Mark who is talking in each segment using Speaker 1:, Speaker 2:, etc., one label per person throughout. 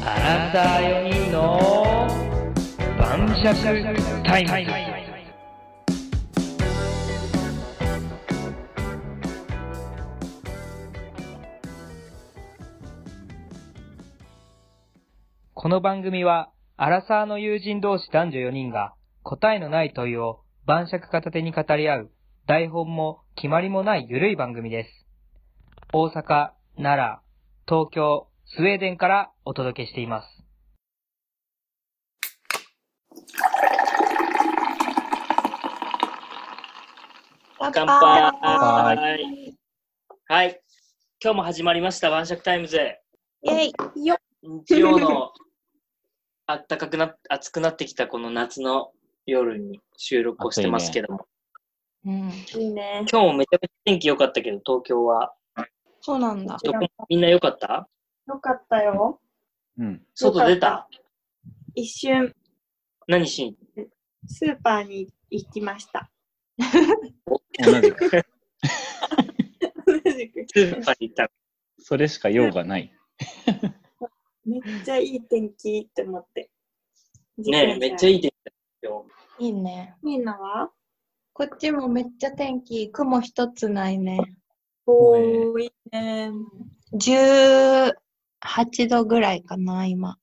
Speaker 1: ター4人の晩酌タイムこの番組は、アラサーの友人同士男女4人が、答えのない問いを晩酌片手に語り合う、台本も決まりもないゆるい番組です。大阪、奈良、東京、スウェーデンからお届けしています。
Speaker 2: 乾
Speaker 3: 乾
Speaker 2: 杯
Speaker 3: 杯はい。今日も始まりました、晩酌タイムズ。
Speaker 2: イェイ
Speaker 3: 日曜のあったかくな、暑くなってきたこの夏の夜に収録をしてますけども、
Speaker 2: いいね。
Speaker 3: 今日もめちゃめちゃ天気良かったけど、東京は。
Speaker 2: そうなんだ。
Speaker 3: どこもみんな良かった
Speaker 2: よかったよ。
Speaker 4: うん。
Speaker 3: 外出た
Speaker 2: 一瞬、
Speaker 3: 何しに
Speaker 2: スーパーに行きました。
Speaker 4: 同じく。
Speaker 2: 同じく
Speaker 3: スーパーに行ったの
Speaker 4: それしか用がない。
Speaker 2: めっちゃいい天気って思って。
Speaker 3: ねえ、めっちゃ
Speaker 2: い
Speaker 3: いい天気だよ。
Speaker 5: いいね。
Speaker 2: い。いいなわ。
Speaker 5: こっちもめっちゃ天気、雲一つないね。
Speaker 2: お
Speaker 4: ー
Speaker 2: ー、いいね。
Speaker 5: 18度ぐらいかな、今。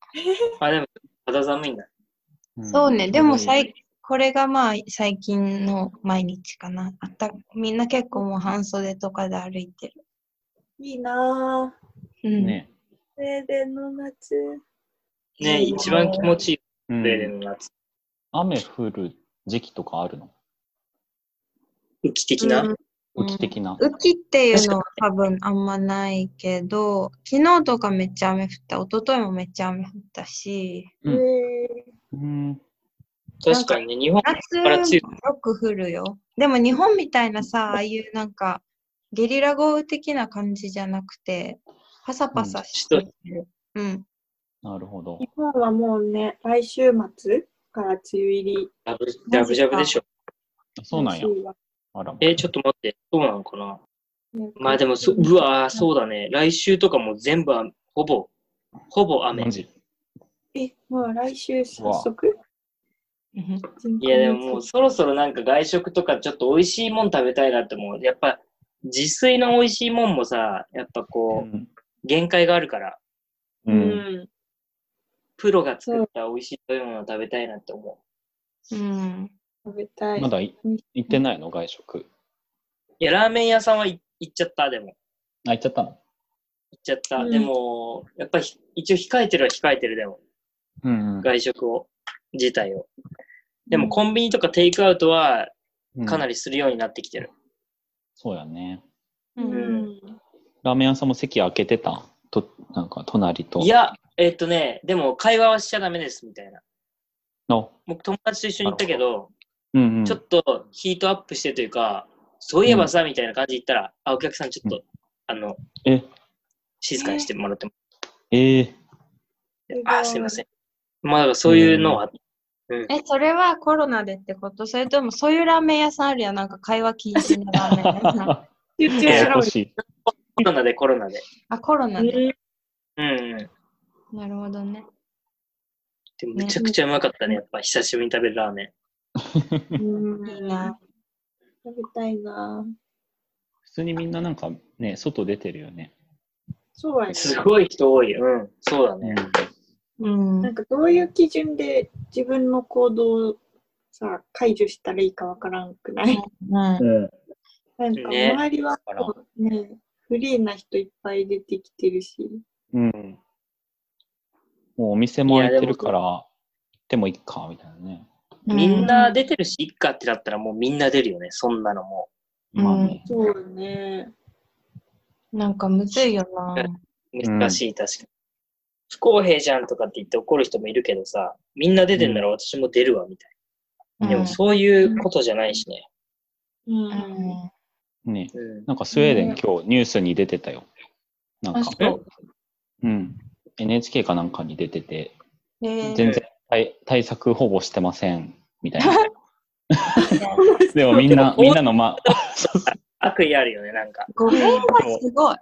Speaker 3: あ、でも肌寒いんだ。
Speaker 5: そうね、でも
Speaker 4: 最
Speaker 5: 最これがまあ最近の毎日かな。あったみんな結構もう半袖とかで歩いてる。
Speaker 2: いいなぁ。
Speaker 5: うん。
Speaker 4: ね。
Speaker 2: スウェーデンの夏。
Speaker 3: ねえ、一番気持ちいい、
Speaker 4: う
Speaker 3: スウ
Speaker 4: ん
Speaker 3: ェーデンの夏。
Speaker 4: 雨降る時期とかあるの
Speaker 3: 雨季的な。
Speaker 5: うん
Speaker 4: 雨季的な。
Speaker 5: 雨季っていうのは多分あんまないけど、昨日とかめっちゃ雨降った、一昨日もめっちゃ雨降ったし、
Speaker 4: うん
Speaker 2: え
Speaker 4: うん。
Speaker 3: 確かにね、日本
Speaker 5: 夏
Speaker 3: から梅雨
Speaker 5: もよく降るよ。でも日本みたいなさ、ああいうなんか、ゲリラ豪雨的な感じじゃなくて、パサパサしてる。うん。
Speaker 4: なるほど
Speaker 2: ー、日。本はもうね、来週末から梅雨入り
Speaker 3: ダブダブジャブでしょ。
Speaker 4: そうなんや
Speaker 2: らし。いわ
Speaker 4: あらま。
Speaker 3: えーちょっと待って、そうなのかな
Speaker 2: ね
Speaker 3: まあでもそ、うわー、そうだね。来週とかも全部雨、ほぼ、ほぼ雨
Speaker 4: マ。ジ
Speaker 2: え、もう来週早速
Speaker 3: いや、でももうそろそろなんか外食とかちょっと美味しいもん食べたいなって思う。やっぱ、自炊の美味しいもんもさ、やっぱこう、限界があるから、
Speaker 4: う。
Speaker 2: うんん。
Speaker 3: プロが作った美味しい食べ物を食べたいなって思う。
Speaker 5: うん。
Speaker 2: 食べたい。
Speaker 4: まだい行ってないの外食。
Speaker 3: いや、ラーメン屋さんはい行っちゃった、でも。
Speaker 4: あ、行っちゃったの
Speaker 3: 行っちゃった。
Speaker 2: うん
Speaker 3: でも、やっぱひ一応控えてるは控えてる、でも。
Speaker 4: うん
Speaker 3: 外食を、自体を。でもコンビニとかテイクアウトは
Speaker 4: うん。
Speaker 3: かな
Speaker 4: り。
Speaker 3: りするようになってきてる。
Speaker 4: そうやね。
Speaker 5: う。
Speaker 2: うんん。
Speaker 4: ラーメン屋さんも席開けてたと、なんか隣と。
Speaker 3: い。や、えっとね、でも会話はしちゃダメです、みたいな。
Speaker 4: の。
Speaker 3: 僕友達と一緒に行ったけど、
Speaker 4: うんうん。
Speaker 3: ちょっとヒートアップしてというか、そういえばさ、みたいな感じで言ったら、あ、お客さんちょっと、
Speaker 4: う
Speaker 3: あの、
Speaker 4: え、
Speaker 3: 静かにしてもらっても、
Speaker 4: ええ。
Speaker 3: あ、すいません。まあ、だからそういうのは、
Speaker 5: え、それはコロナでってことそれともそういうラーメン屋さんあるやんなんか会話禁止のラーメン屋 さん。
Speaker 2: 集中
Speaker 3: い
Speaker 4: や
Speaker 2: し
Speaker 4: や
Speaker 2: ろ
Speaker 4: こ
Speaker 2: う。
Speaker 4: しい。
Speaker 3: コロナでコロナで。
Speaker 5: あ、コロナで。
Speaker 3: うんうん。
Speaker 5: なるほどね。
Speaker 3: でもめちゃくちゃうまかったね、やっぱ久しぶりに食べるラーメン。
Speaker 2: うん
Speaker 5: いいな。
Speaker 2: 食べたいな。
Speaker 4: 普通にみんななんかね、外出てるよね。
Speaker 2: そうやね。
Speaker 3: すごい人多い。うん、そうだね。
Speaker 5: うん
Speaker 2: な。んかどういう基準で自分の行動をさ、解除したらいいかわからんくない
Speaker 5: うん
Speaker 4: うん。
Speaker 2: なんか
Speaker 3: ね
Speaker 2: 周りは
Speaker 4: わ
Speaker 2: ね、フリーな人いっぱい出てきてるし。
Speaker 4: うん。もうお店も開いてるから、行ってもいいか、みたいなね。
Speaker 3: みんな出てるし、いっかってなったらもうみんな出るよね、そんなのも
Speaker 5: うん
Speaker 4: まあね。
Speaker 2: そうよね。
Speaker 5: なんかむずいよな。
Speaker 3: う。難しい、確かに。不公平じゃんとかって言って怒る人もいるけどさ、みんな出てんなら私も出るわ、みたいな。で
Speaker 5: う
Speaker 3: も
Speaker 5: ん
Speaker 3: そういうことじゃないしね。
Speaker 2: う。
Speaker 5: うんん
Speaker 4: ね。
Speaker 3: うん
Speaker 4: なんかスウェーデン
Speaker 2: ね
Speaker 4: 今日ニュースに出てたよ。なん
Speaker 5: あ、
Speaker 4: か
Speaker 5: そ、う。
Speaker 4: うん。NHK かなんかに出てて、
Speaker 5: えー
Speaker 4: 全然対対策ほぼしてません、みたいな。でもみんな、
Speaker 3: そう
Speaker 4: みんなのま、
Speaker 3: 悪意あるよね、なんか。
Speaker 5: 語弊がすごい。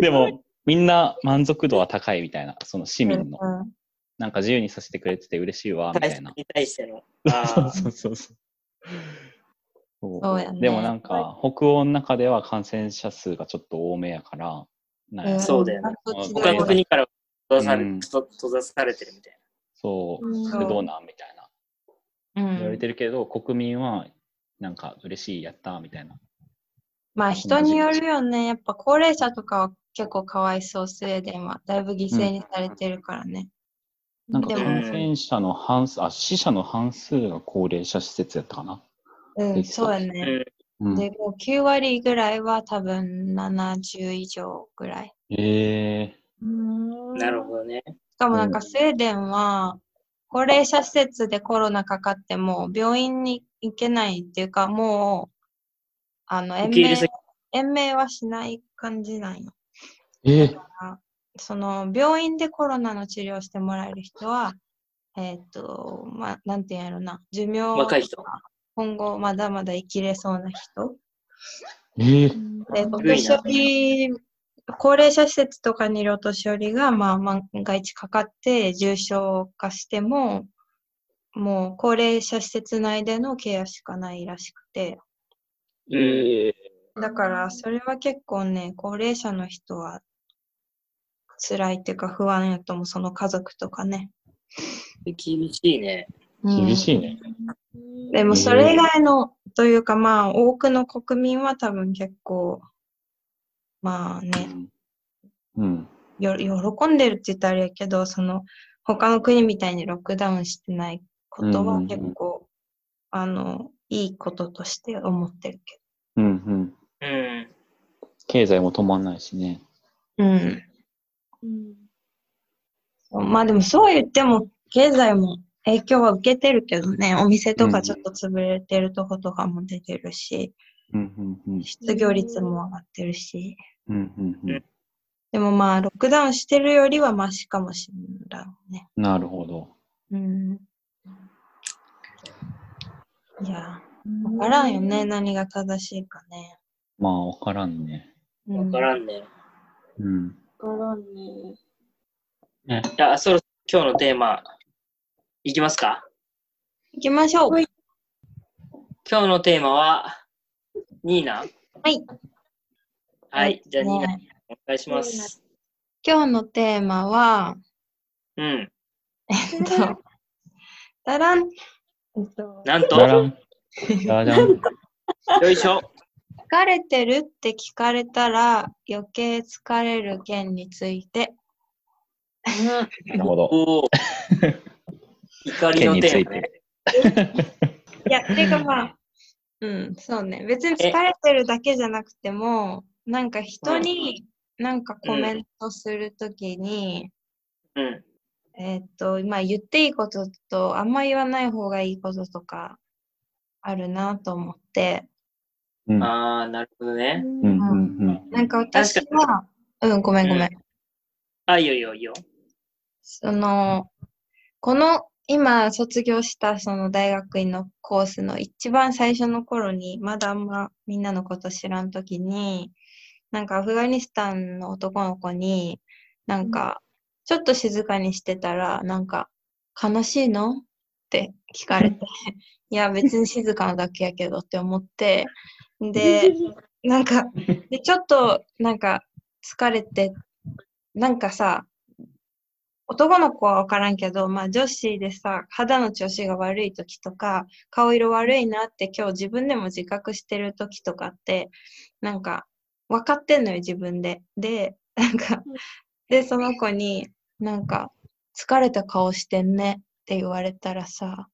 Speaker 4: でも、みんな満足度は高いみたいな、その市民の。
Speaker 5: うんうん
Speaker 4: なんか自由にさせてくれてて嬉しいわ、みた
Speaker 3: 対
Speaker 4: い
Speaker 3: 策
Speaker 4: な。
Speaker 3: に対しての。あ ー
Speaker 4: そうそうそう。そう
Speaker 5: そうやね
Speaker 4: でもなんか、北欧の中では感染者数がちょっと多めやから、なんや
Speaker 5: ん
Speaker 3: そうだよね
Speaker 5: そっち
Speaker 3: 他
Speaker 5: だ
Speaker 3: の
Speaker 5: よ
Speaker 4: 僕
Speaker 5: ね
Speaker 3: 国から閉ざされ
Speaker 4: うん
Speaker 3: 閉ざ閉ざされてるみたいな。
Speaker 4: そう、
Speaker 5: うん
Speaker 4: それどうなんみたいな。
Speaker 5: うん
Speaker 4: 言われてるけど、国民は、なんか嬉しい、やった、みたいな。
Speaker 5: まあ人によるよね。やっぱ高齢者とかは結構かわいそう、スウェーデンは。だいぶ犠牲にされてるからね。
Speaker 4: なんか
Speaker 5: で
Speaker 3: う
Speaker 5: も
Speaker 4: 感、染者の半数、あ、死者の半数が高齢者施設やったかな。
Speaker 5: うん、そうやね。
Speaker 4: うん、
Speaker 5: で、
Speaker 4: え
Speaker 5: もう9割ぐらいは多分70以上ぐらい。
Speaker 4: え
Speaker 3: なるほどね。
Speaker 5: しかもなんかスウェーデンは、高齢者施設でコロナかかっても、病院に行けないっていうか、もう、あの、延
Speaker 3: 受け入れ
Speaker 5: 命
Speaker 3: 先、
Speaker 5: 延命はしない感じなんよ。
Speaker 4: ええ
Speaker 5: その、病院でコロナの治療してもらえる人は、えっ、と、まあ、なんていうんやろな、寿命
Speaker 3: 若い人
Speaker 5: とか今後まだまだ生きれそうな人。
Speaker 4: ええ
Speaker 5: で、お
Speaker 3: な
Speaker 5: 年寄り、高齢者施設とかにいるお年寄りが、まあ、万が一かかって重症化しても、もう高齢者施設内でのケアしかないらしくて、
Speaker 4: ええ
Speaker 5: だからそれは結構ね、高齢者の人は辛いっていうか不安やとも、その家族とかね。
Speaker 3: 厳しいね。
Speaker 4: 厳しいね。
Speaker 5: うんでもそれ以外の、というかまあ、多くの国民は多分結構、まあね、
Speaker 4: うん。うん
Speaker 5: よ喜んでるって言ったらあれやけど、その他の国みたいにロックダウンしてないこと
Speaker 4: うん
Speaker 5: は
Speaker 4: うんうん
Speaker 5: 結構、あの、いいこととして思ってるけ
Speaker 4: うんうん。
Speaker 3: うん。
Speaker 4: 経済も止まんないしね。
Speaker 5: ど。うん。まあでもそう言っても、経済も影響は受けてるけどね、お店とかちょっと潰れてるとことかも出てるし、
Speaker 4: うんうんうん。
Speaker 5: 失業率も上がってるし、
Speaker 4: うんうんうん。
Speaker 5: でもまあロックダウンしてるよりはマシかもしれないね。
Speaker 4: なるほど。
Speaker 5: うん。いやー。わからんよね、何が正しいかね。
Speaker 4: まあ、わからんね。
Speaker 3: わからんね。
Speaker 4: うん。
Speaker 2: わからん ね。
Speaker 3: じゃあ、そろ今日のテーマ、いきますか。
Speaker 5: 行きましょう。。
Speaker 2: はい
Speaker 3: 今日のテーマは、ニーナはいはい、じゃあ、ニーナ
Speaker 5: ね、
Speaker 3: お願いします。
Speaker 5: 今日のテーマは、
Speaker 3: うん。
Speaker 5: えっと、タラン、えっと、
Speaker 3: なん
Speaker 4: じゃら
Speaker 3: と、
Speaker 4: ん。じゃじゃん。
Speaker 3: よいしょ。
Speaker 5: 疲れてるって聞かれたら余計疲れる件について。
Speaker 4: なるほど。
Speaker 3: おお。怒り
Speaker 4: 県
Speaker 3: の
Speaker 4: につ
Speaker 3: テ
Speaker 4: い
Speaker 3: ーマね。
Speaker 4: て。
Speaker 5: いや、てかまあ、うん、そうね。別に疲れてるだけじゃなくても、なんか人になんかコメントするときに、
Speaker 3: うん。
Speaker 5: えーっと、まあ言っていいことと、あんま言わない方がいいこととかあるなと思って、
Speaker 4: うんうん
Speaker 3: ああ、なるほどね。
Speaker 4: うん
Speaker 5: なんか私は、うん、ごめんごめん。
Speaker 3: あ、いいよいいよいいよ。
Speaker 5: その、この、今卒業したその大学院のコースの一番最初の頃に、まだあんまみんなのこと知らんときに、なんかアフガニスタンの男の子に、なんか、ちょっと静かにしてたら、なんか、悲しいのって聞かれて、いや、別に静かなだけやけどって思って、で、なんか、で、ちょっと、なんか、疲れて、なんかさ、男の子は分からんけど、まあ女子でさ、肌の調子が悪い時とか、顔色悪いなって今日自分でも自覚してる時とかって、なんか、分かってんのよ、自分で。で、なんか、で、その子に、なんか、疲れた顔してんねって言われたらさ、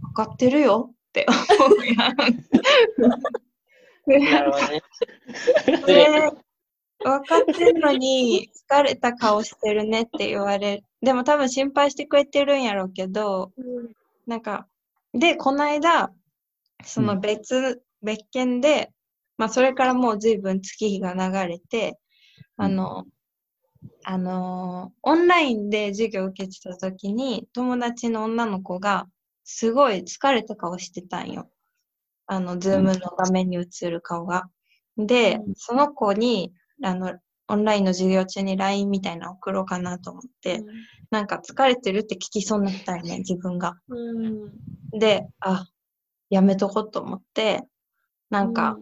Speaker 5: 分かってるよって思うやん。
Speaker 3: なるほどね。 失礼
Speaker 5: で分かってんのに疲れた顔してるねって言われるでも多分心配してくれてるんやろうけどなんかでこの間その別、別件で、まあ、それからもう随分月日が流れてあの、あのーオンラインで授業受けてた時に友達の女の子がすごい疲れた顔してたんよあのズームの画面に映る顔が。で、その子に、あの、オンラインの授業中に LINE みたいなの送ろうかなと思って、なんか疲れてるって聞きそうになったよね、自分が。
Speaker 2: うん。
Speaker 5: で、あ、やめとこうと思って、なんか、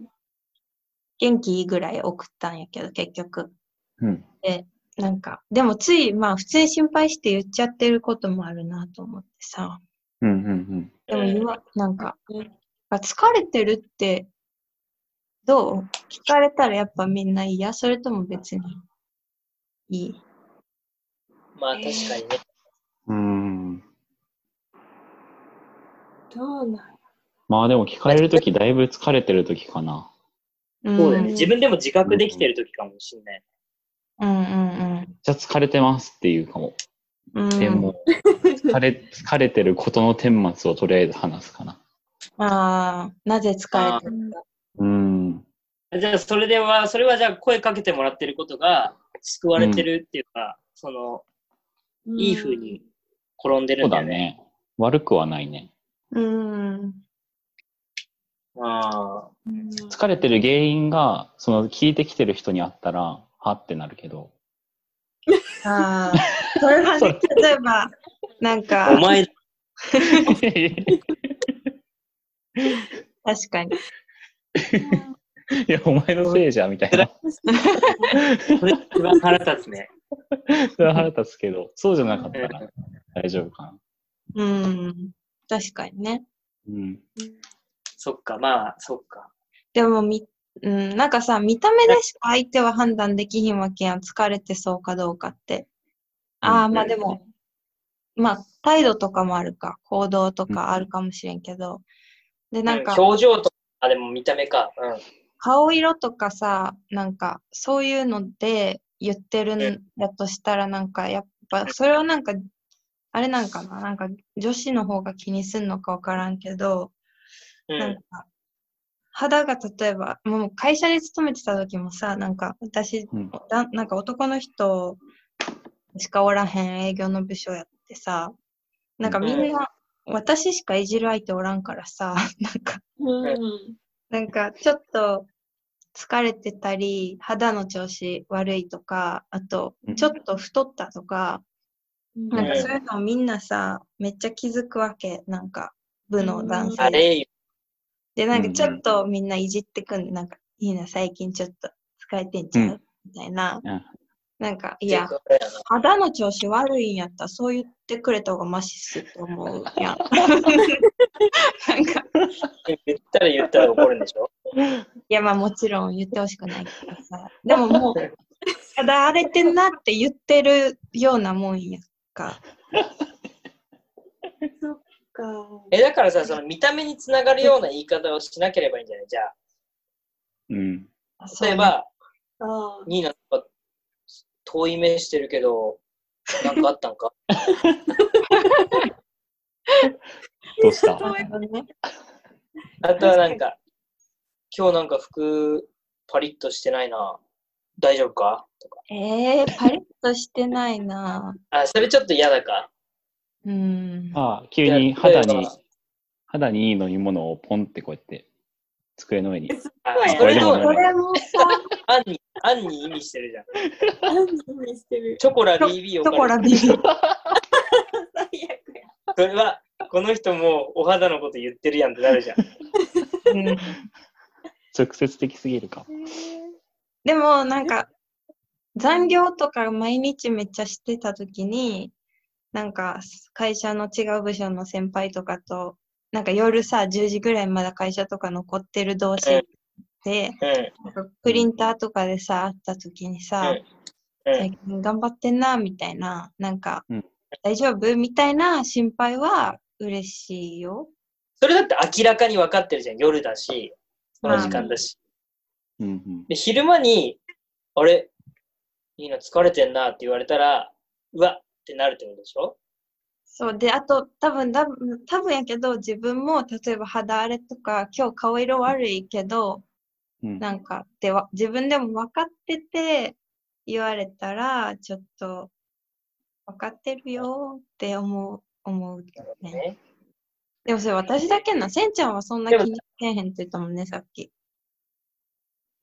Speaker 5: 元気いいぐらい送ったんやけど、結局。
Speaker 4: うん。
Speaker 5: なんか、でもつい、まあ普通に心配して言っちゃってることもあるなと思ってさ。
Speaker 4: うんうん
Speaker 5: でも言わ、なんか
Speaker 2: うん、
Speaker 5: あ疲れてるって、どう聞かれたらやっぱみんな嫌それとも別にいい
Speaker 3: まあ確かにね。
Speaker 4: うん。うん。
Speaker 2: どうなん
Speaker 4: まあでも聞かれるときだいぶ疲れてるときかな。
Speaker 3: そうだよね。
Speaker 5: ん
Speaker 3: 自分でも自覚できてる時かもしれない。
Speaker 5: うんうん
Speaker 4: じゃあ疲れてますっていうかも。
Speaker 5: うん。うん
Speaker 4: でも、疲れ、疲れてることの顛末をとりあえず話すかな。
Speaker 5: ああ、なぜ疲れてるか。
Speaker 4: うん。
Speaker 3: じゃあそれでは、それはじゃあ声かけてもらってることが救われてるっていうか、その、いい風。に転んで
Speaker 4: そ
Speaker 3: る
Speaker 4: うん
Speaker 3: だ
Speaker 4: だ
Speaker 3: よね。
Speaker 4: ね。悪くはないね。
Speaker 5: うん。
Speaker 3: ああ。
Speaker 2: うん
Speaker 4: 疲れてる原因が、その聞いてきてる人にあったら、はってなる けど。
Speaker 5: ああ、それはね、例えば、なんか
Speaker 3: お、前、
Speaker 4: い
Speaker 5: 確かに。
Speaker 4: や、お前のせいじゃん、みたいな。
Speaker 3: それ一番腹立つね。
Speaker 4: それは腹立つけど、そうじゃなかったら大丈夫かな。
Speaker 5: うん。確かにね。
Speaker 4: うん。
Speaker 3: そっか、まあ、そっか。
Speaker 5: でもみ、うん、なんかさ、見た目でしか相手は判断できひんわけやん。疲れてそうかどうかって。ああ、
Speaker 4: うん
Speaker 5: まあでも、まあ、態度とかもあるか、行動とかあるかもしれんけど。で、なんか
Speaker 3: う、表情とか、あ、でも見た目か。う
Speaker 5: 顔色とかさ、なんか、そういうので言ってるんだとしたら、なんか、やっぱ、それはなんか、あれなんかな、なんか、女子の方が気にすんのかわからんけど、
Speaker 3: ん。う
Speaker 5: なん
Speaker 3: ん
Speaker 5: か。、肌が例えば、もう会社で勤めてた時もさ、なんか、私、
Speaker 4: うん
Speaker 5: だなんか男の人しかおらへん営業の部署やってさ、なんかみんな、私しかいじる相手おらんからさ、なんか、
Speaker 2: うん。
Speaker 5: なんかちょっと疲れてたり、肌の調子悪いとか、あと
Speaker 4: うん
Speaker 5: ちょっと太ったとか、
Speaker 2: な
Speaker 5: なん
Speaker 2: ん
Speaker 5: か
Speaker 2: か
Speaker 5: そういうのをみんなさ、めっちゃ気づくわけ、なんか部の男
Speaker 3: あ
Speaker 5: 性で。
Speaker 3: れ、
Speaker 5: で、なん
Speaker 4: う
Speaker 5: か
Speaker 4: ん
Speaker 5: ちょっとみんないじってくんで、なんかいいな、最近ちょっと疲れてんちゃう、
Speaker 4: うん
Speaker 5: みたいな
Speaker 4: うん。
Speaker 5: なんか、い
Speaker 3: いや
Speaker 5: や、、肌の調子悪いんやったら、そう言ってくれた方がマシっすと思う やん。なんか、
Speaker 3: 言ったら言ったら怒るんでしょ
Speaker 5: いや、まあもちろん言ってほしくないけどさ。でももう、ただ荒れてんなって言ってるようなもんやんか。
Speaker 3: え、だからさ、その見た目につながるような言い方をしなければいいんじゃないじゃあ、
Speaker 4: うん。
Speaker 3: 例えば、
Speaker 2: あ
Speaker 3: ニーナとか、遠い目してるけど、なんかあったん か
Speaker 4: ど うした
Speaker 5: そういうのね。
Speaker 3: あとはなんか、今日なんか服、パリッとしてないな。大丈夫かとか。
Speaker 5: えー、パリッとしてないな
Speaker 3: あ、それちょっと嫌だか。
Speaker 5: うん。
Speaker 4: ああ、急に肌
Speaker 3: いや例え
Speaker 4: に
Speaker 3: ば、
Speaker 4: 肌にいい飲み物をポンってこうやって、机の上に。
Speaker 3: あ
Speaker 2: そうや
Speaker 3: それで
Speaker 4: でも
Speaker 3: も、
Speaker 5: これもさ、
Speaker 3: あんに、あんに意味してるじゃん。
Speaker 2: あ。何にしてる。
Speaker 3: チョコラ BB を
Speaker 5: とこらビビる。
Speaker 2: 最悪や。
Speaker 3: それは、この人もうお肌のこと言ってるやんってなるじゃん。
Speaker 5: うん
Speaker 4: 直接的すぎるか。
Speaker 5: でもなんか残業とか毎日めっちゃしてた時になんか会社の違う部署の先輩とかとなんか夜さ10時ぐらいまだ会社とか残ってる同士で
Speaker 3: うん。
Speaker 5: なんかプリンターとかでさ会った時にさ
Speaker 3: うんうん
Speaker 5: 最近頑張ってんなみたいななんか
Speaker 4: うん
Speaker 5: 大丈夫みたいな心配は嬉しいよ。
Speaker 3: それだって明らかに分かってるじゃん。夜だし、その時間だし。
Speaker 4: うん
Speaker 3: で、昼間に、あれ、いいな、疲れてんなって言われたら、うわってなるってことでしょ
Speaker 5: そうであと多分多分多分やけど自分も例えば肌荒れとか今日顔色悪いけど
Speaker 4: うん。うん。
Speaker 5: なんかってわ自分でも分かってて言われたらちょっと分かってるよって思う思うね。
Speaker 3: ね。
Speaker 5: でもそれ私だけな。せんちゃんはそんな気にせえへんって言ったもんね、さっき。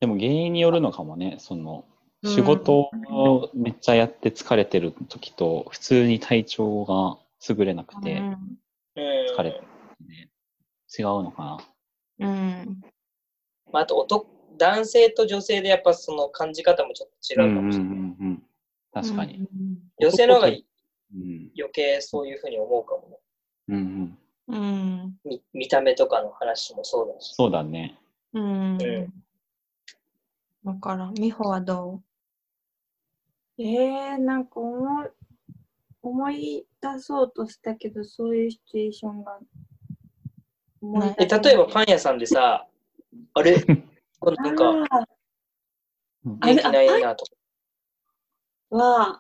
Speaker 4: でも原因によるのかもね、その、仕事をめっちゃやって疲れてる時と、普通に体調が優れなくて疲れてる、ね。違うのか
Speaker 5: うん。
Speaker 4: な。
Speaker 5: うん。
Speaker 3: まあ、あと男、男性と女性でやっぱその感じ方もちょっと違うかもしれない。
Speaker 4: うんうんうんうん、確かに。
Speaker 3: 女性の方が余
Speaker 4: うん。
Speaker 3: 計そういうふうに思うかもね。
Speaker 4: うんう
Speaker 5: うん。
Speaker 4: ん。
Speaker 5: うん。
Speaker 3: み見た目とかの話もそうだし。
Speaker 4: そうだね。
Speaker 5: うん。
Speaker 3: え
Speaker 5: だからん、美穂はど
Speaker 2: ええなんか思い思い出そうとしたけど、そういうシチュエーションが思い
Speaker 3: え、
Speaker 2: 出せない。
Speaker 3: 例えばパン屋さんでさ、あれこれなんか
Speaker 2: あ
Speaker 4: うん
Speaker 2: あれ
Speaker 3: 元気ないなとか
Speaker 2: ーは、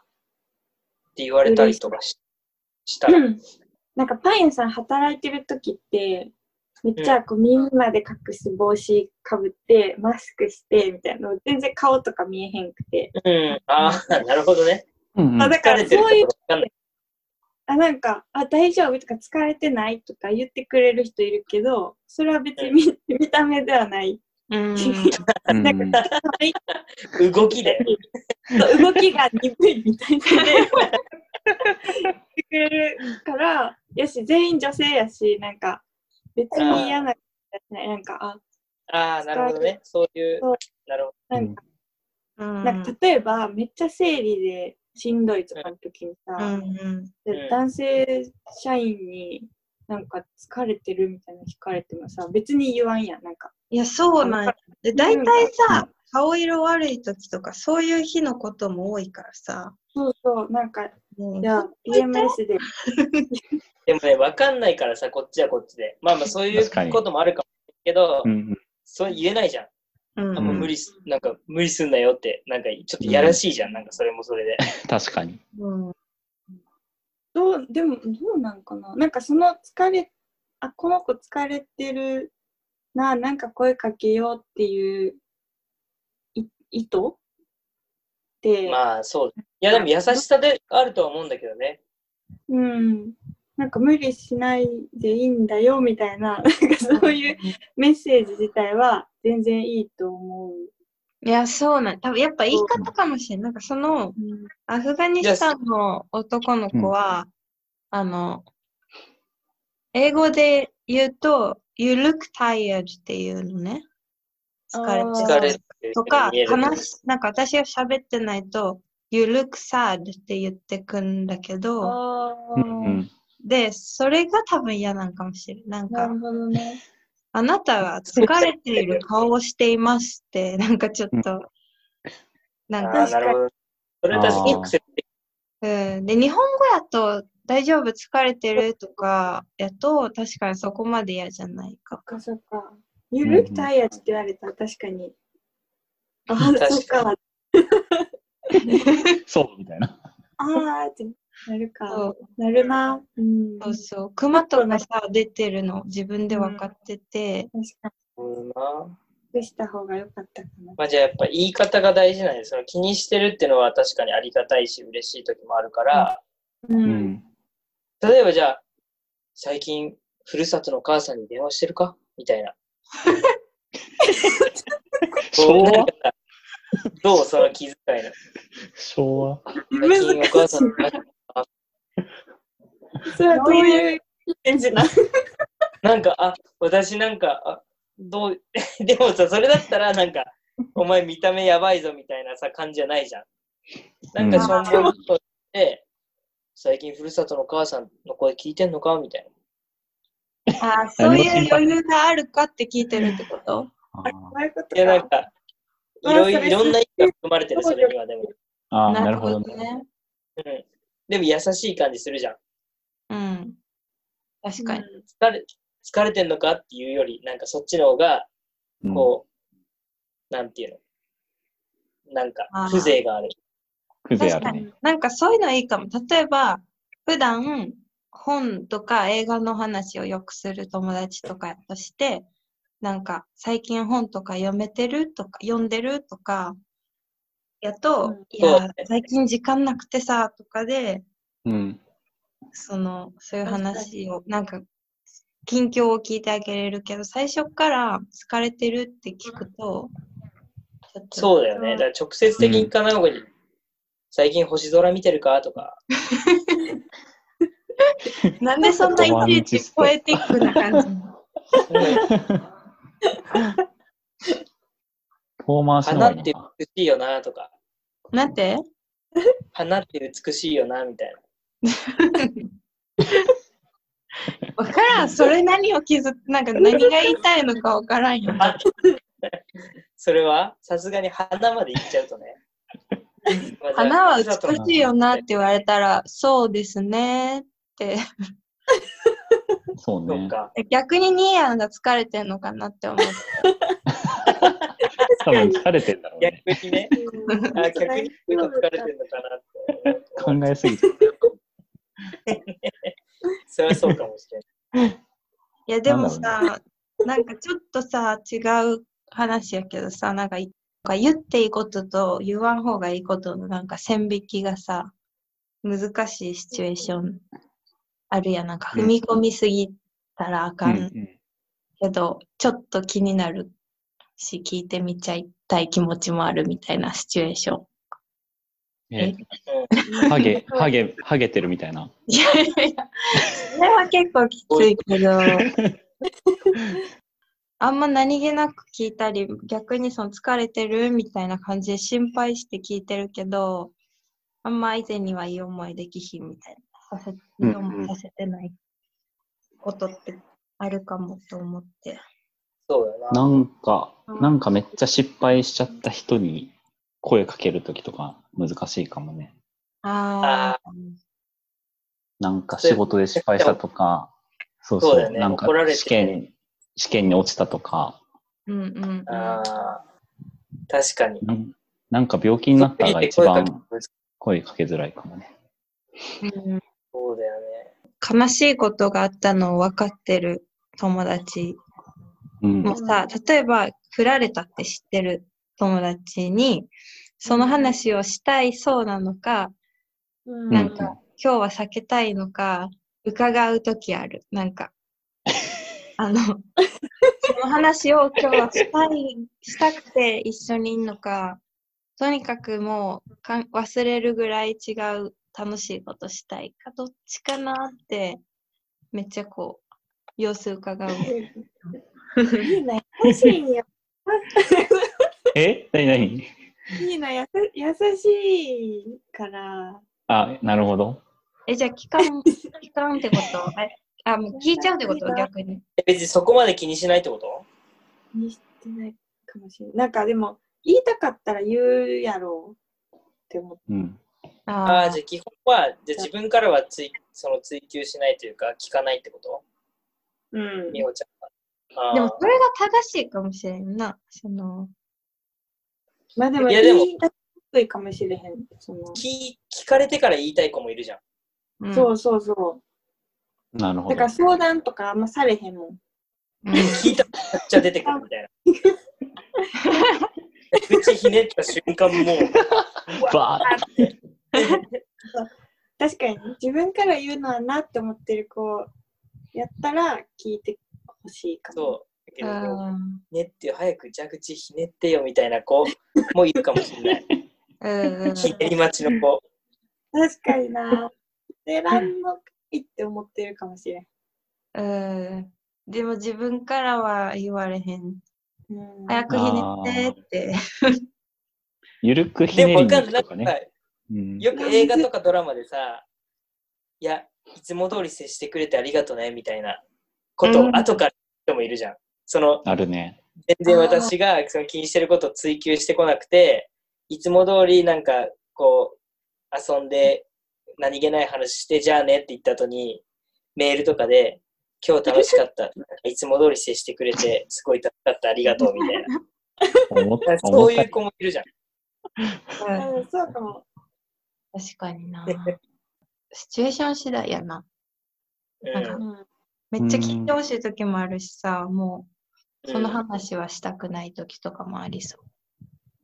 Speaker 3: って言われたりとかししたら。
Speaker 2: うん なんかパン屋さん働いてる時って、めっちゃこう耳まで隠す帽子かぶって、マスクして、みたいな。全然顔とか見えへんくて。
Speaker 3: うん。ああ、なるほどね。
Speaker 4: うんう
Speaker 2: あ
Speaker 4: ん
Speaker 2: だ
Speaker 3: 疲
Speaker 2: か
Speaker 3: れ
Speaker 2: ら
Speaker 3: てると
Speaker 2: そう
Speaker 3: こ
Speaker 2: いう
Speaker 3: ろわかんない。
Speaker 2: あ、なんか、あ、大丈夫とか疲れてないとか言ってくれる人いるけど、それは別に見見た目ではない。
Speaker 5: ううん。
Speaker 4: うんうん
Speaker 3: 動きで。
Speaker 2: そう動きが鈍いみたいなので、言ってくれるから、よし、全員女性やし、なんか、別に嫌なことじゃない。なんか、あ、
Speaker 3: ああ、なるほどね。そういう
Speaker 2: そう。
Speaker 3: なるほ
Speaker 2: なんか、
Speaker 5: うん。
Speaker 2: なんか例えば、めっちゃ生理でしんどいとかの時にさ、
Speaker 5: うん。
Speaker 3: うん
Speaker 2: 男性社員に、なんか疲れてるみたいな聞かれてもさ、別に言わんやん。なんか、
Speaker 5: いや、そうなんや。で、大体さ、顔色悪い時とか、そういう日のことも多いからさ。
Speaker 2: そうそう、なんか、
Speaker 5: もう
Speaker 2: じゃあ、PMS で
Speaker 3: ど。でもね、わかんないからさ、こっちはこっちで。まあまあ、そうい
Speaker 4: 確か
Speaker 3: う
Speaker 4: に
Speaker 3: こともあるかもしれないけど、
Speaker 4: うん
Speaker 3: そう言えないじゃん。
Speaker 5: うん
Speaker 3: あもう無理す、なんか無理すんなよって、なんかちょっとやらしいじゃん、なんかそれもそれで。
Speaker 4: 確かに。
Speaker 5: うん。
Speaker 2: どう、でも、どうなんかななんかその疲れ、あ、この子疲れてるな、なんか声かけようっていうい意図って、
Speaker 3: まあそう。いやでも優しさであるとは思うんだけどね。
Speaker 2: うん。なんか無理しないでいいんだよみたいな、なんか そういうメッセージ自体は全然いいと思う。
Speaker 5: いや、そうなん。多分やっぱ言い方かもしれん。なんかその、
Speaker 2: うん、
Speaker 5: アフガニスタンの男の子は、あの、英語で言うと、You look tired っていうのね。
Speaker 2: あー
Speaker 5: 疲
Speaker 3: 疲
Speaker 5: れ
Speaker 3: れ
Speaker 5: て
Speaker 3: て
Speaker 5: る。
Speaker 3: る
Speaker 5: とか
Speaker 3: 見え、る
Speaker 5: 話し、なんか私が喋ってないと、You look sad って言ってくんだけど、
Speaker 2: ああ、
Speaker 4: うん
Speaker 5: で、それが多分嫌なんかもしれん。なんか
Speaker 2: なる、ほどね。
Speaker 5: あなたは疲れている顔をしていますって、なんかちょっと、な
Speaker 3: あ
Speaker 5: ん
Speaker 3: ー
Speaker 5: か、
Speaker 3: なるほど。それは確かに癖って
Speaker 5: うん、で、日本語やと大丈夫、疲れてるとかやと、確かにそこまで嫌じゃないか。
Speaker 2: そっかそっか。ゆるくタイヤって言われたら確かに。あ
Speaker 3: 確か
Speaker 2: あ、
Speaker 3: に
Speaker 2: そっか。
Speaker 4: そうみたいな。
Speaker 2: あーってなるか。
Speaker 5: そう
Speaker 2: なるな。うん。
Speaker 5: そう
Speaker 2: 確
Speaker 5: そう。熊とかさ、出てるの自分で分かってて、
Speaker 2: か
Speaker 3: うんな。
Speaker 2: に。した方が良かったかな。
Speaker 3: まあじゃあやっぱ言い方が大事なんです。その気にしてるっていうのは確かにありがたいし嬉しい時もあるから、
Speaker 2: う。
Speaker 4: うんん。
Speaker 3: 例えばじゃあ、最近、ふるさとの母さんに電話してるかみたいな。こうなんかさ
Speaker 4: 昭和
Speaker 3: どうその気遣いの。
Speaker 4: 昭和
Speaker 3: 最近お母さんの
Speaker 2: それはどういう感じな
Speaker 3: なんか、あ、私なんか、あどう、 でもさ、それだったら、なんか、お前見た目やばいぞみたいなさ、感じじゃないじゃん。なんか、しょんぼりとして、最近ふるさとの母さんの声聞いてんのかみたい
Speaker 5: ああ、そういう余裕があるかって聞いてるってこと
Speaker 4: あー
Speaker 2: そういうこと
Speaker 3: な。いや、なん
Speaker 2: か。
Speaker 3: か、い
Speaker 2: あ
Speaker 3: ろい
Speaker 2: それ
Speaker 3: いろんな意味が含まれてる、それにはでも。
Speaker 4: あー、なるほどね。
Speaker 5: ね。
Speaker 3: うん。でも、優しい感じするじゃん。
Speaker 5: うん。確かに。
Speaker 3: 疲れ、疲れてんのかっていうより、なんかそっちの方が、
Speaker 4: うん
Speaker 3: こう、なんていうの。なんか
Speaker 5: あー、
Speaker 3: 風情がある。
Speaker 4: 風情あ
Speaker 5: 確か
Speaker 4: る
Speaker 5: に
Speaker 4: ね。
Speaker 5: なんかそういうのいいかも。例えば、普段本とか映画の話をよくする友達とかとして、なんか最近本とか読めてるとか、読んでるとか、やと、
Speaker 2: うん
Speaker 5: い
Speaker 3: そ
Speaker 5: や
Speaker 3: う、
Speaker 5: 最近時間なくてさ、とかで、
Speaker 4: うん。
Speaker 5: その、そういう
Speaker 2: 確かに
Speaker 5: 話を、なんか、近況を聞いてあげれるけど、最初から疲れてるって聞くと、
Speaker 3: そうだよね。だから直接的に行かない方がいい。最近星空見てるかとか。
Speaker 5: なんでそんないちいちポエティックな感じ
Speaker 4: 遠回し
Speaker 3: 花
Speaker 4: のが
Speaker 3: っ
Speaker 4: いいの
Speaker 3: て
Speaker 4: か。
Speaker 3: 美しいよなとか。
Speaker 5: なんて
Speaker 3: 花って美しいよなみたいな。
Speaker 5: わからん。それ何を傷つ、なんか何が言いたいのかわからんよ。
Speaker 3: あそれはさすがに花まで行っちゃうとね。まあじゃあ
Speaker 5: 花は美
Speaker 3: ふるさとの
Speaker 5: しいよなって言われたら、そうですね って。
Speaker 4: そう
Speaker 3: そ
Speaker 4: ね
Speaker 3: う。か。
Speaker 5: 逆にニーヤンが疲れてんのかなって思う。
Speaker 4: 多分疲れてんだろうね。
Speaker 3: 逆にね。 あ逆にそういうの疲れてるのかなって思う。
Speaker 4: 考えすぎて。
Speaker 3: それはそうかもしれ ない。
Speaker 5: いやでもさ、
Speaker 4: な
Speaker 5: なん,、かちょっとさ、違う話やけどさ、なんかいなんか言っていいことと言わん方がいいことのなんか線引きがさ、難しいシチュエーションあるやん。なんか
Speaker 4: うん
Speaker 5: 踏み込みすぎたらあか
Speaker 4: うんん
Speaker 5: けど、ちょっと気になるし、聞いてみちゃいたい気持ちもあるみたいなシチュエーション。
Speaker 4: うんえハゲ、ハゲ、ハゲてるみたいな。
Speaker 5: いやいやいや、それは結構きついけど、 あんま何気なく聞いたり、逆にその疲れてるみたいな感じで心配して聞いてるけど、あんま相手にはいい思いできひんみたいな、させいい思いさせてないことってあるかもと思って。
Speaker 3: そうだよな。
Speaker 4: なんか、なんかめっちゃ失敗しちゃった人に声かけるときとか難しいかもね。
Speaker 5: ああ、
Speaker 4: なんか仕事で失敗したとか、そうそう、
Speaker 3: そうだよね
Speaker 4: なんか
Speaker 3: 怒られて
Speaker 4: 試験、試験に落ちたとか、
Speaker 5: うんうん
Speaker 3: あー確かに。
Speaker 4: なんなんか病気になったが一
Speaker 3: そういう時
Speaker 4: 番
Speaker 3: 声かけ
Speaker 4: 声かけづらいかもね。
Speaker 5: うん。
Speaker 3: そうだよね。
Speaker 5: 悲しいことがあったのを分かってる友達
Speaker 4: うん。
Speaker 5: もさ、例えば、振られたって知ってる友達に、その話をしたいそうなのか、
Speaker 2: うん
Speaker 4: う
Speaker 5: なんんか、今日は避けたいのか、伺うときある。なんか、あの、その話を今日はしたい、したくて一緒にいんのか、とにかくもうかん忘れるぐらい違う楽しいことしたいか、どっちかなって、めっちゃこう、様子伺う。
Speaker 2: いいな、優しいよ。
Speaker 4: え何何
Speaker 2: いいな、やさ優しいから。
Speaker 4: あ、なるほど。
Speaker 5: え、じゃあ、期間、期間ってことえあ、もう聞いちゃうってこと逆に。
Speaker 3: え別にそこまで気にしないってこと
Speaker 2: にしてないかもしれない。なんかでも、言いたかったら言うやろうって思っ
Speaker 4: うん。
Speaker 3: あ
Speaker 5: あ
Speaker 3: あ
Speaker 5: ー
Speaker 3: ー、じゃあ基本は、じゃあ自分からはついその追求しないというか、聞かないってこと
Speaker 2: た。うん
Speaker 3: みほちゃんは。あー
Speaker 5: でも、それが正しいかもしれんな。その、
Speaker 2: まあでも、
Speaker 3: いやでも
Speaker 2: 言いたくいかもしれへん。その
Speaker 3: 聞聞かれてから言いたい子もいるじゃん。
Speaker 5: うん
Speaker 2: そうそうそ
Speaker 4: なるほ
Speaker 2: う。
Speaker 4: ど。
Speaker 2: だから相談とかあんまされへんもん。
Speaker 5: うん
Speaker 3: 聞いたらめっちゃ出てくるみたいな。 口ひねった瞬間もう、
Speaker 4: バーって
Speaker 2: 確かに、自分から言うのはなって思ってる子やったら聞いてほしいかも。
Speaker 3: そう。だけどこう
Speaker 5: あ
Speaker 3: ねってよ、早く蛇口ひねってよみたいな子もいるかもしれない。
Speaker 5: ーうんうん
Speaker 3: ひねり待ちの子。
Speaker 2: 確かにな。出らんのかいって思ってるかもしれん。
Speaker 5: うんでも自分からは言われへん。
Speaker 2: うん、
Speaker 5: 早くひねってって。
Speaker 4: ゆるくひ
Speaker 3: で
Speaker 4: ね
Speaker 3: も
Speaker 4: り
Speaker 3: わ
Speaker 4: に
Speaker 3: か
Speaker 4: 行
Speaker 3: んない。な
Speaker 4: くとか
Speaker 3: んか
Speaker 4: ね。うん
Speaker 3: よく映画とかドラマでさ、いや、いつも通り接してくれてありがとねみたいなこと
Speaker 5: うん
Speaker 3: を後から言う人もいるじゃん。その
Speaker 4: あ るね。
Speaker 3: 全然私がその気にしてることを追求してこなくて、いつも通りなんかこう遊んで何気ない話してじゃあねって言った後にメールとかで今日楽しかった。いつも通り接してくれてすごい楽しかった。ありがとうみたいな。
Speaker 4: 思っ
Speaker 3: そうい
Speaker 4: 思っ
Speaker 3: う子もいるじゃん。
Speaker 5: うん
Speaker 2: うんそうかも。
Speaker 5: 確かにな。シチュエーション次第やな。
Speaker 3: う
Speaker 5: うん
Speaker 3: ん
Speaker 2: うん
Speaker 5: めっちゃ聞いてほしい時もあるしさ、もうその
Speaker 3: ま
Speaker 5: 話はしたくない時とかもありそ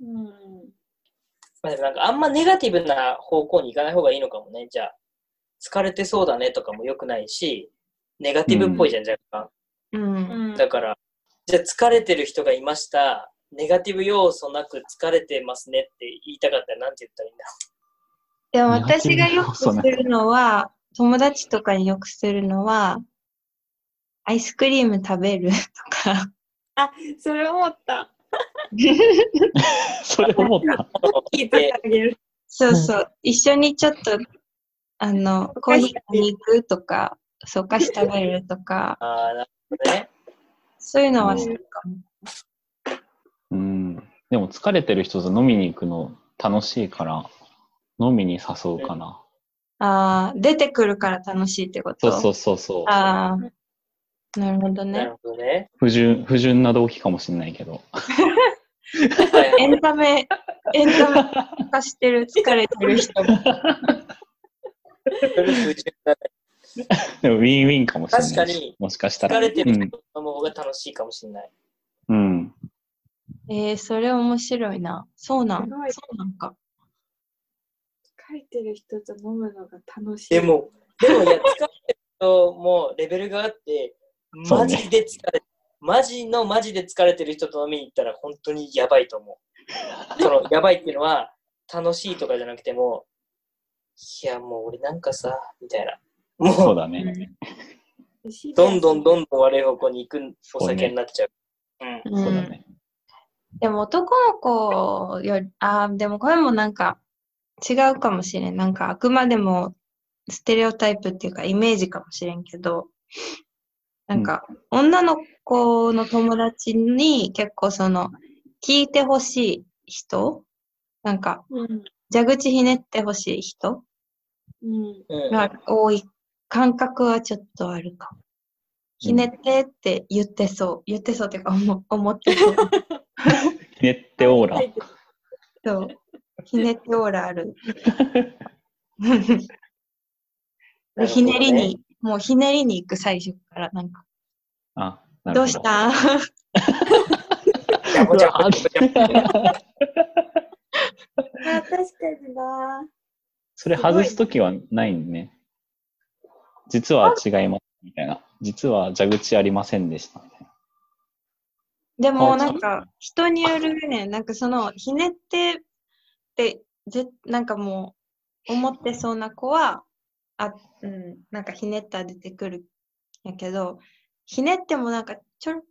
Speaker 5: う。
Speaker 2: うん
Speaker 3: あでもなんかあんまネガティブな方向に行かない方がいいのかもね。じゃあ、疲れてそうだねとかも良くないし、ネガティブっぽいじゃん、若干。
Speaker 5: うん。
Speaker 2: うん
Speaker 3: だから、じゃあ疲れてる人がいました。ネガティブ要素なく疲れてますねって言いたかったらなんて言ったらいいんだ
Speaker 5: でも
Speaker 4: ネガティブ
Speaker 5: 私がよ
Speaker 4: 要
Speaker 5: くす
Speaker 4: 素な
Speaker 5: るのは、友達とかによくするのは、アイスクリーム食べるとか。
Speaker 2: それ思った。
Speaker 4: それ思った。
Speaker 2: 聞いてあげる。
Speaker 5: そうそう。一緒にちょっと、あの、コーヒー買いに行くとか、そうお菓子食べるとか、
Speaker 3: ああ、なるほどね。
Speaker 5: そういうのはするかも。
Speaker 4: うん。でも疲れてる人と飲みに行くの楽しいから、飲みに誘うかな。
Speaker 5: ああ、出てくるから楽しいってこと
Speaker 4: そうそうそうそう。
Speaker 5: ああ、なるほど
Speaker 3: な
Speaker 5: ね
Speaker 3: る。ほどね。
Speaker 4: 不純、不純な動機かもしれないけど。
Speaker 3: は い
Speaker 5: エンタメ、エンタメ化してる、疲れてる人も。
Speaker 3: それ不純だね
Speaker 4: でもウィンウィンかもしれないし。
Speaker 3: 確かに
Speaker 4: もしかしたら。
Speaker 3: 疲れてる
Speaker 4: うん
Speaker 3: 人の方が楽しいかもしれない。
Speaker 4: うん。
Speaker 5: えー、それ面白いな。そうなん、
Speaker 2: す
Speaker 5: そ
Speaker 2: ごいう
Speaker 5: なんか。
Speaker 2: 書いてる人と飲むのが楽しい。
Speaker 3: で、も、でも、いや、疲れてる人もレベルがあって、
Speaker 4: そ
Speaker 3: マ
Speaker 4: うね
Speaker 3: ジで疲れ、マジのマジで疲れてる人と飲みに行ったら本当にやばいと思う。その、やばいっていうのは、楽しいとかじゃなくても、いや、もう俺なんかさ、みたいな。
Speaker 4: そ
Speaker 3: も
Speaker 4: う
Speaker 3: う、
Speaker 4: だね。
Speaker 3: どんどん
Speaker 2: ん。
Speaker 3: どんどん悪い方向に行くお酒になっちゃう。うん。
Speaker 5: うん
Speaker 4: そうだね。
Speaker 5: でも男の子より、あーでもこれもなんか違うかもしれん。なんかあくまでもステレオタイプっていうかイメージかもしれんけど、なんか女の子の友達に結構その聞いてほしい人なんか
Speaker 2: うん。
Speaker 5: 蛇口ひねってほしい人
Speaker 2: うん。
Speaker 3: うん
Speaker 5: が多い感覚はちょっとあるかも。ひねってって言ってそう。言ってそうっていうか思思ってそう。
Speaker 4: ひねってオーラ
Speaker 2: 書。いてる
Speaker 5: そう。ひねってオーラある。でひねりに、。もうひねりに行く最初から、なんか、
Speaker 4: あ、なる
Speaker 5: ど
Speaker 4: ほ
Speaker 5: うした ん
Speaker 3: なるほどね
Speaker 4: あ
Speaker 2: あ、確かにな。
Speaker 4: それ外すときはないね。実は違います、みたいな。実は蛇口ありませんでした、みたいな。
Speaker 5: でも、なんか、人によるね、なんかその、ひねってって、ぜなんかもう、思ってそうな子は、あ、うん、なんかひねったら出てくるんやけど、ひねってもなんか、ちょろ、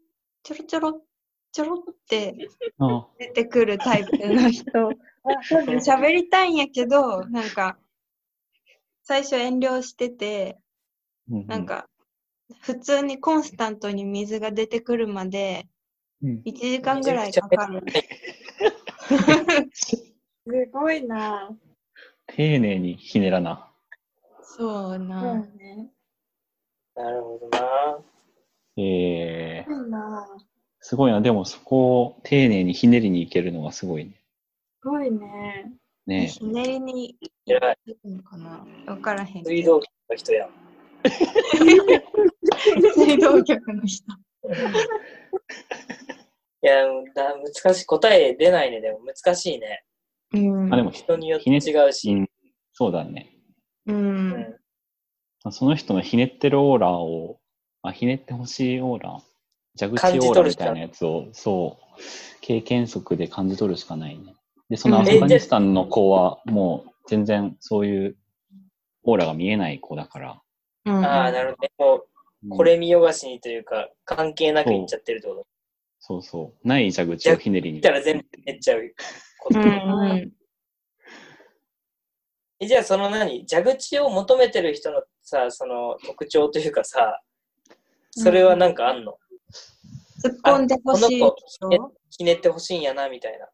Speaker 5: ちょろちょろ、ちょろって
Speaker 4: あ
Speaker 5: 出てくるタイプの人は多分喋りたいんやけどなんか最初遠慮してて
Speaker 4: うん
Speaker 5: なん、か普通にコンスタントに水が出てくるまで
Speaker 4: うん
Speaker 5: 1時間ぐらいかかる。
Speaker 2: すごいな。
Speaker 4: 丁寧にひねらな。
Speaker 5: そう
Speaker 2: う
Speaker 5: な、
Speaker 2: んね。
Speaker 3: なるほどな。
Speaker 4: えー、
Speaker 2: いいな。
Speaker 4: すごいな。でもそこを丁寧にひねりにいけるのがすごいね。
Speaker 2: すごいね。
Speaker 4: ね
Speaker 5: ひねりに
Speaker 3: えらい。
Speaker 5: 行くのかな分からへんけ
Speaker 3: 水
Speaker 5: ど
Speaker 3: 道局の人やん。
Speaker 5: 水道局の人
Speaker 3: いや、だ難しい。答え出ないね。でも難しいね。
Speaker 5: うん
Speaker 4: あ、でも、
Speaker 3: 人によって
Speaker 4: ひね
Speaker 3: 違うし。
Speaker 4: うんそうだね。
Speaker 5: う
Speaker 3: うんん。
Speaker 4: その人のひねってるオーラを、あ、ひねってほしいオーラ、蛇
Speaker 3: 感
Speaker 4: 口
Speaker 3: じ
Speaker 4: オ
Speaker 3: 取
Speaker 4: ーラ
Speaker 3: る
Speaker 4: み
Speaker 3: しか
Speaker 4: たいなやつを、そう、経験則で感じ取るしかないね。で、そのア
Speaker 5: うん
Speaker 4: フガニスタンの子は、もう全然そういうオーラが見えない子だから。
Speaker 5: うん
Speaker 3: ああ、なるほどね。も
Speaker 4: うん
Speaker 3: う、これ見よがしにというか、関係なくいっちゃってるってこと。
Speaker 4: そうそう。ない蛇口をひねり
Speaker 3: 見
Speaker 4: に。
Speaker 3: たら全部減っちゃうこ
Speaker 5: う
Speaker 3: と。
Speaker 5: んうん
Speaker 3: えじゃあ、その何蛇口を求めてる人のさ、その特徴というかさ、それはなんかあんの、
Speaker 5: 突っ込んでほしい
Speaker 3: あこの
Speaker 5: 人
Speaker 3: ひねってほしいんやな、みたいな。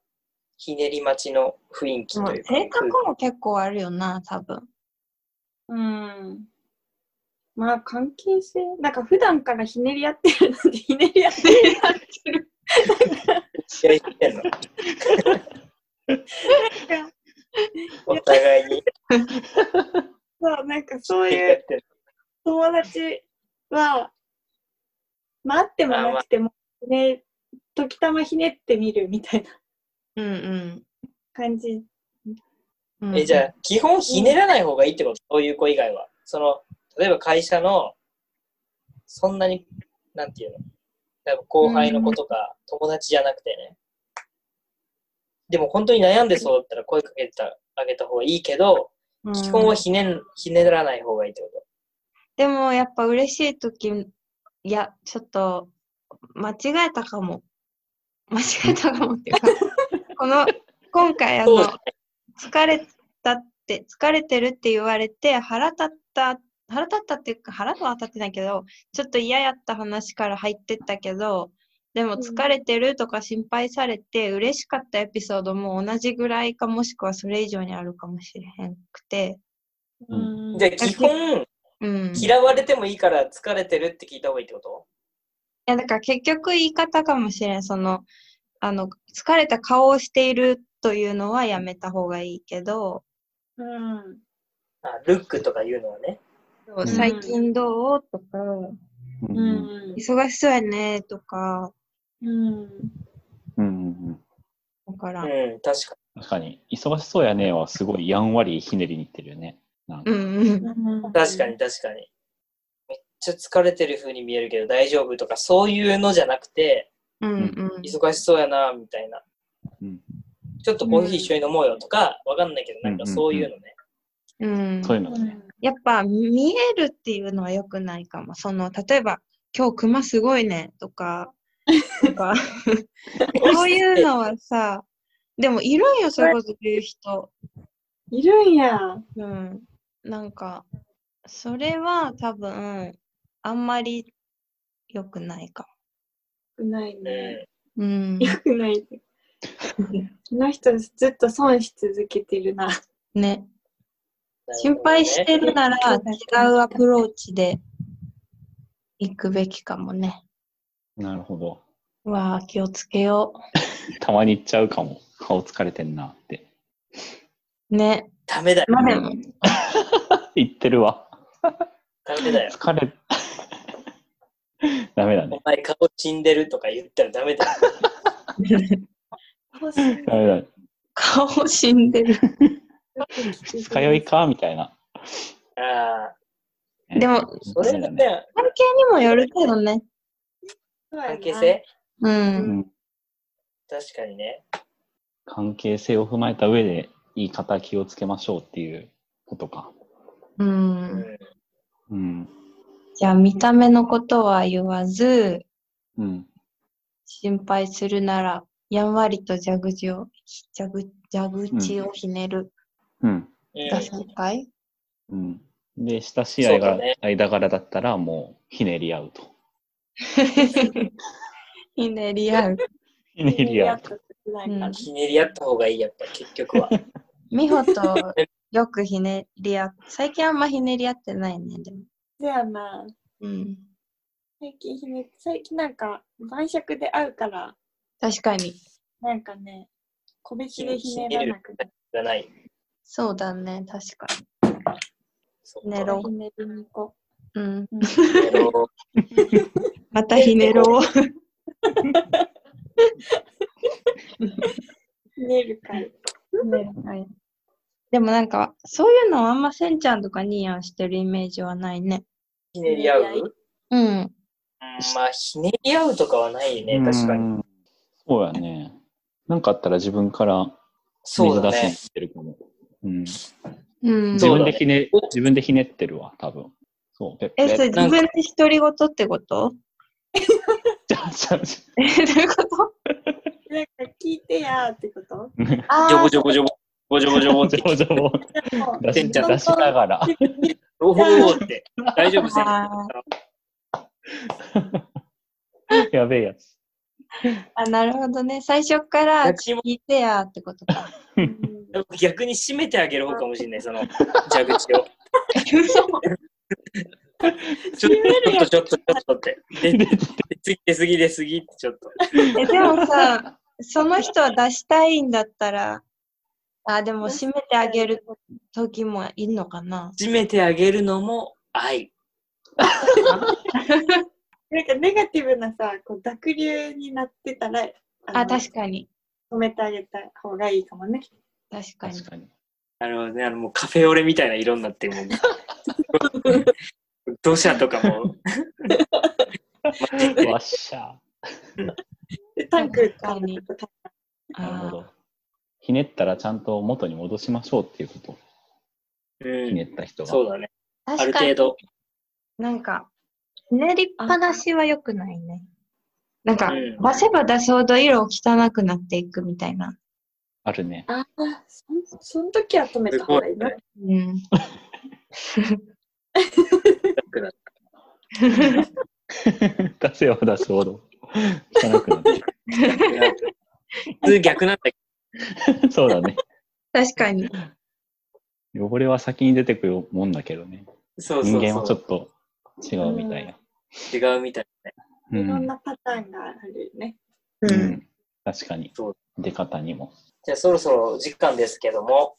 Speaker 3: ひねり待ちの雰囲気というか。
Speaker 5: 性格も結構あるよな多分
Speaker 2: うん。まあ、関係性。なんか、普段からひねり合ってるなんて、ひねり合ってるなんて
Speaker 3: 気合い入ってんの
Speaker 2: なんか、
Speaker 3: お互いに
Speaker 2: そう、なんかそう
Speaker 3: 気合い
Speaker 2: い
Speaker 3: 入
Speaker 2: う
Speaker 3: ってん
Speaker 2: 友達は、まあ、あってもなくても、ね、時たまひねってみるみたい
Speaker 5: う
Speaker 2: な
Speaker 5: んうん
Speaker 2: 感じ。
Speaker 5: う
Speaker 3: の
Speaker 5: ん
Speaker 3: えじゃあ、基本ひねらない方がいいってことそういう子以外は。その、例えば会社の、そんなに、なんていうの多分後輩の子とか、友達じゃなくてね。でも本当に悩んでそうだったら声かけてあげた方がいいけど、基本はひねんひねらない方がいいってこと。
Speaker 5: でもやっぱ嬉しい時いやちょっと間違えたかも間違えたかもって いうかこの今回あ
Speaker 3: そう
Speaker 5: の
Speaker 3: だね
Speaker 5: 疲れたって疲れてるって言われて腹立った腹立ったっていうか腹は立ってないけどちょっと嫌やった話から入ってったけどでも
Speaker 2: うん
Speaker 5: 疲れてるとか心配されて嬉しかったエピソードも同じぐらいかもしくはそれ以上にあるかもしれへんくて、
Speaker 2: うん
Speaker 3: じゃあ基本、
Speaker 5: うん、い
Speaker 3: 嫌われてもいいから疲れてるって聞いた方がいいってこと
Speaker 5: やだから結局言い方かもしれんそのあの疲れた顔をしているというのはやめた方がいいけど、
Speaker 2: うん
Speaker 3: あルックとか言うのはね。
Speaker 5: そう
Speaker 4: うん
Speaker 5: 最近どうとか、
Speaker 4: う
Speaker 2: うんん
Speaker 5: 忙しそうやねとか、
Speaker 2: うん
Speaker 4: うんうん
Speaker 5: だから、うん
Speaker 3: うん、確か
Speaker 4: 確かに、忙しそうやねはすごいやんわりひねりにいってるよね。なんか
Speaker 5: うん、
Speaker 3: に。確かに確かに。めっちゃ疲れてる風に見えるけど大丈夫とかそういうのじゃなくて、
Speaker 5: うん、うん、
Speaker 3: 忙しそうやな、みたいな。
Speaker 4: うん
Speaker 3: ちょっとコーヒー一緒に飲もうよとか、わかんないけど、なんかそういうのね。
Speaker 5: うん。
Speaker 4: そういうのね。
Speaker 5: やっぱ見えるっていうのは良くないかも。その、例えば、今日熊すごいねとか、と か、そういうのはさ、でもいるんよ、そういうこと言う人。
Speaker 2: いるんや。
Speaker 5: うん。なんか、それは多分、あんまり良くないか
Speaker 2: よくないね。
Speaker 3: う
Speaker 5: も。うん。
Speaker 2: よくない。この人ずっと損し続けてるな。
Speaker 5: ね。
Speaker 3: ん
Speaker 5: 心配してるなら
Speaker 2: そうだね
Speaker 5: 違うアプローチで行くべきかもね。
Speaker 4: なるほど。
Speaker 5: うわあ、気をつけよ
Speaker 4: たまに言っちゃうかも。顔疲れてんなって。
Speaker 5: う。ね。
Speaker 3: ダメだよ。
Speaker 5: まあでも、
Speaker 4: 言ってるわ。
Speaker 3: ダメだよ。
Speaker 4: 疲れ。 ダメだね
Speaker 3: お。前顔死んでるとか言ったらダメだよ。
Speaker 4: ダメだね。
Speaker 5: 顔死んでる。
Speaker 4: 二日酔いかみたいな。
Speaker 3: あ あ、
Speaker 5: でも、
Speaker 3: それは。ね、
Speaker 5: 関係にもよるけどね。
Speaker 3: 関係性
Speaker 5: う。
Speaker 4: うんん。
Speaker 3: 確かにね。
Speaker 4: 関係性を踏まえた上で、言い方気をつけましょうっていうことか。
Speaker 5: う
Speaker 3: うん
Speaker 5: ん。。
Speaker 4: うん。
Speaker 5: じゃあ、見た目のことは言わず、
Speaker 4: うん。
Speaker 5: 心配するなら、やんわりと蛇口を、蛇蛇口をひねる。
Speaker 4: うん。
Speaker 3: うん
Speaker 5: が正解
Speaker 4: うん。で、親しい間
Speaker 3: そうだね
Speaker 4: 間柄だったら、もう、ひねり合うと。
Speaker 5: ひねり合う。
Speaker 4: ひねり合うと。
Speaker 5: うん
Speaker 3: あひねり合った方がいい、やっぱ結局は。
Speaker 5: 美穂とよくひねり合っ最近あんまひねり合ってないね、でも。
Speaker 2: じゃあな、
Speaker 5: うん。
Speaker 2: 最近ひね、最近なんか晩酌で会うから、
Speaker 5: 確かに。
Speaker 2: なんかね、個別でひねらなくて、
Speaker 3: じゃない。
Speaker 5: そうだね、確か
Speaker 3: そっか
Speaker 5: に。ひねろ
Speaker 2: ひねりに行こ
Speaker 5: う。うん。
Speaker 2: う。
Speaker 3: ひねろ
Speaker 5: またひねろう。
Speaker 2: ひねる会。
Speaker 5: はいでもなんか、そういうのはあんませんちゃんとかニーヤンしてるイメージはないね。
Speaker 3: ひねり合う
Speaker 2: ひねり合
Speaker 3: うん
Speaker 5: うん。
Speaker 3: まあ、ひねり合うとかはないね、確か
Speaker 4: う
Speaker 3: に。
Speaker 4: ん。そうやね。なんかあったら自分から
Speaker 3: そうだね。
Speaker 4: 水出しに行ってるかも。うん。
Speaker 5: うん。
Speaker 4: 自
Speaker 3: そう
Speaker 4: 分
Speaker 3: だ
Speaker 4: で
Speaker 3: ね
Speaker 4: ひね、自分でひねってるわ、多分。そう。え
Speaker 5: え、それ
Speaker 4: え
Speaker 5: 自分で独り言ってこと
Speaker 4: じゃあじゃあじ
Speaker 5: え、 どういうこと
Speaker 2: なんか聞いてやーってこと
Speaker 5: あ
Speaker 3: ジョボ
Speaker 5: あ、
Speaker 3: ジョボジョボ。ボジョボジョ
Speaker 4: ゃあ
Speaker 3: ボっ
Speaker 4: じ
Speaker 3: て
Speaker 4: ゃ。あじゃあもう
Speaker 2: で も
Speaker 4: 出し出しながら。
Speaker 3: おおって。大丈夫せん
Speaker 5: あ
Speaker 4: やべえやつ。
Speaker 5: あ、なるほどね。最初から
Speaker 3: 私
Speaker 5: 聞
Speaker 3: も
Speaker 5: いてやってことか。
Speaker 2: うん
Speaker 3: 逆に締めてあげる方かもしれない、 その蛇口を。
Speaker 5: 嘘
Speaker 3: ちょっと、ちょっと、ちょっと、ちょっとって。で
Speaker 4: 出て
Speaker 3: 出過ぎ、出過ぎって、ちょっと。
Speaker 5: えでもさ、その人は出したいんだったら、あ、でも閉めてあげる時もいるのかな。
Speaker 3: 締めてあげるのも愛。
Speaker 2: なんかネガティブなさ、こう濁流になってたら、
Speaker 5: あ、
Speaker 2: の
Speaker 5: 確かに。
Speaker 2: 止めてあげた方がいいかもね。
Speaker 5: 確かに
Speaker 4: 確。かに。
Speaker 3: なるほどね、あのもうカフェオレみたいな色になってるもん。 土砂とかも。
Speaker 4: わっしゃ
Speaker 2: で、タンク
Speaker 5: 確かに
Speaker 2: タンク
Speaker 4: ー。なるほ
Speaker 5: あ
Speaker 4: ど。ひねったらちゃんと元に戻しましょうっていうこと。
Speaker 3: う
Speaker 4: ひね
Speaker 3: ん。
Speaker 4: った人が。
Speaker 3: そうだね。あ
Speaker 5: 確
Speaker 3: る
Speaker 5: かに
Speaker 3: 程度。
Speaker 5: なんか、ひねりっぱなしは良くないね。なんか、
Speaker 3: うん
Speaker 5: 出せば出すほど色汚くなっていくみたいな。
Speaker 4: あるね。
Speaker 2: ああ、そんその時は止めた方がいいな。
Speaker 5: うん。
Speaker 4: 出せば出すほど汚くなってい
Speaker 3: 普通逆なんだけ
Speaker 4: く。そうだね。
Speaker 5: 確かに。
Speaker 4: 汚れは先に出てくるもんだけどね。
Speaker 3: ど。そうそ
Speaker 4: 人
Speaker 3: う
Speaker 4: 間はち
Speaker 3: そ
Speaker 4: ょっと違うみたいな。
Speaker 3: う。違うみたいね。
Speaker 2: い
Speaker 4: う
Speaker 2: ろん
Speaker 4: ん。
Speaker 2: なパターンがあるよね。
Speaker 5: う。
Speaker 4: うんん確かに
Speaker 3: そう。
Speaker 4: 出方にも。
Speaker 3: じゃあそろそろ時間ですけども、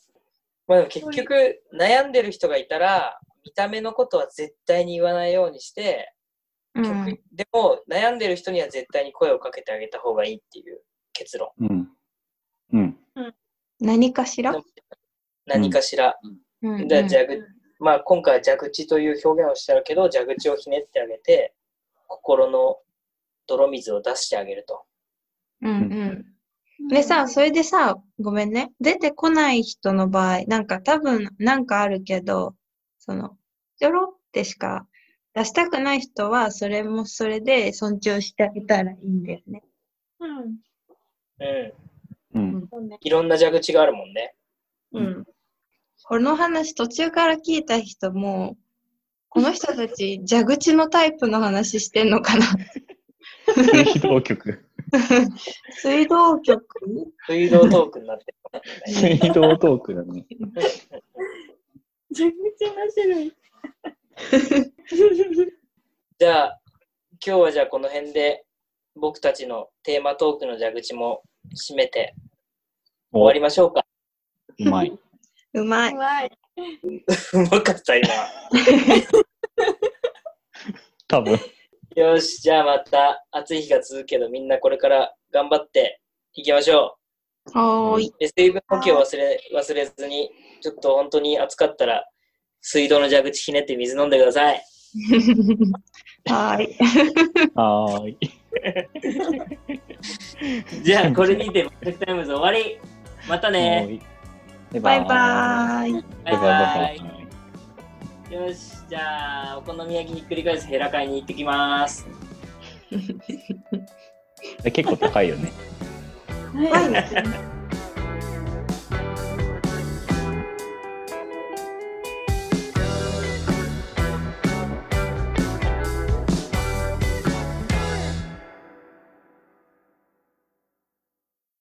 Speaker 3: まあ、でも結局悩んでる人がいたら、見た目のことは絶対に言わないようにして、
Speaker 5: う
Speaker 3: 逆
Speaker 5: ん。
Speaker 3: でも悩んでる人には絶対に声をかけてあげた方がいいっていう結論。
Speaker 4: うん。うん。
Speaker 5: 何かしら
Speaker 3: 何かしら。
Speaker 5: うん。
Speaker 3: で蛇口まあ、今回は蛇口という表現をしてあるけど蛇口をひねってあげて心の泥水を出してあげると。
Speaker 5: うんうん。でさ、それでさ、ごめんね。出てこない人の場合、なんか多分なんかあるけど、その、ちょろってしか出したくない人は、それもそれで尊重してあげたらいいんだよね。
Speaker 2: うん。
Speaker 3: うん、
Speaker 4: うん。
Speaker 2: そうね。
Speaker 3: いろんな蛇口があるもんね。
Speaker 5: うん。この話途中から聞いた人も、この人た ち蛇口のタイプの話してんのかな
Speaker 4: 水道 局。
Speaker 5: 水道局
Speaker 3: 水道トークになってる。
Speaker 4: 水道トークだね。
Speaker 2: めちゃくちゃ面白い。
Speaker 3: じゃあ今日はじゃあこの辺で僕たちのテーマトークの蛇口も締めて終わりましょうか。
Speaker 4: うまい。
Speaker 5: うまい。
Speaker 2: 怖い。
Speaker 3: うまかった今。
Speaker 4: 多 分。
Speaker 3: よしじゃあまた暑い日が続くけどみんなこれから頑張っていきましょう。
Speaker 5: はーい。
Speaker 3: で水分補給を忘れ忘れずに、ちょっと本当に暑かったら、水道の蛇口ひねって水飲んでください。
Speaker 5: はーい。
Speaker 4: はーい。
Speaker 3: じゃあ、これにて、マジタイムズ終わり。またね。
Speaker 4: バイ
Speaker 5: バ
Speaker 4: バ
Speaker 5: イ
Speaker 4: イ。
Speaker 5: バーイ。
Speaker 3: バ
Speaker 4: バ
Speaker 3: イ
Speaker 4: イ
Speaker 3: バ
Speaker 4: バ
Speaker 3: イ
Speaker 4: イ。。
Speaker 3: よし、じゃあ、お好み焼きひっくり返すヘラ会に行ってきます。
Speaker 4: 結構高いよね。
Speaker 2: 怖いね。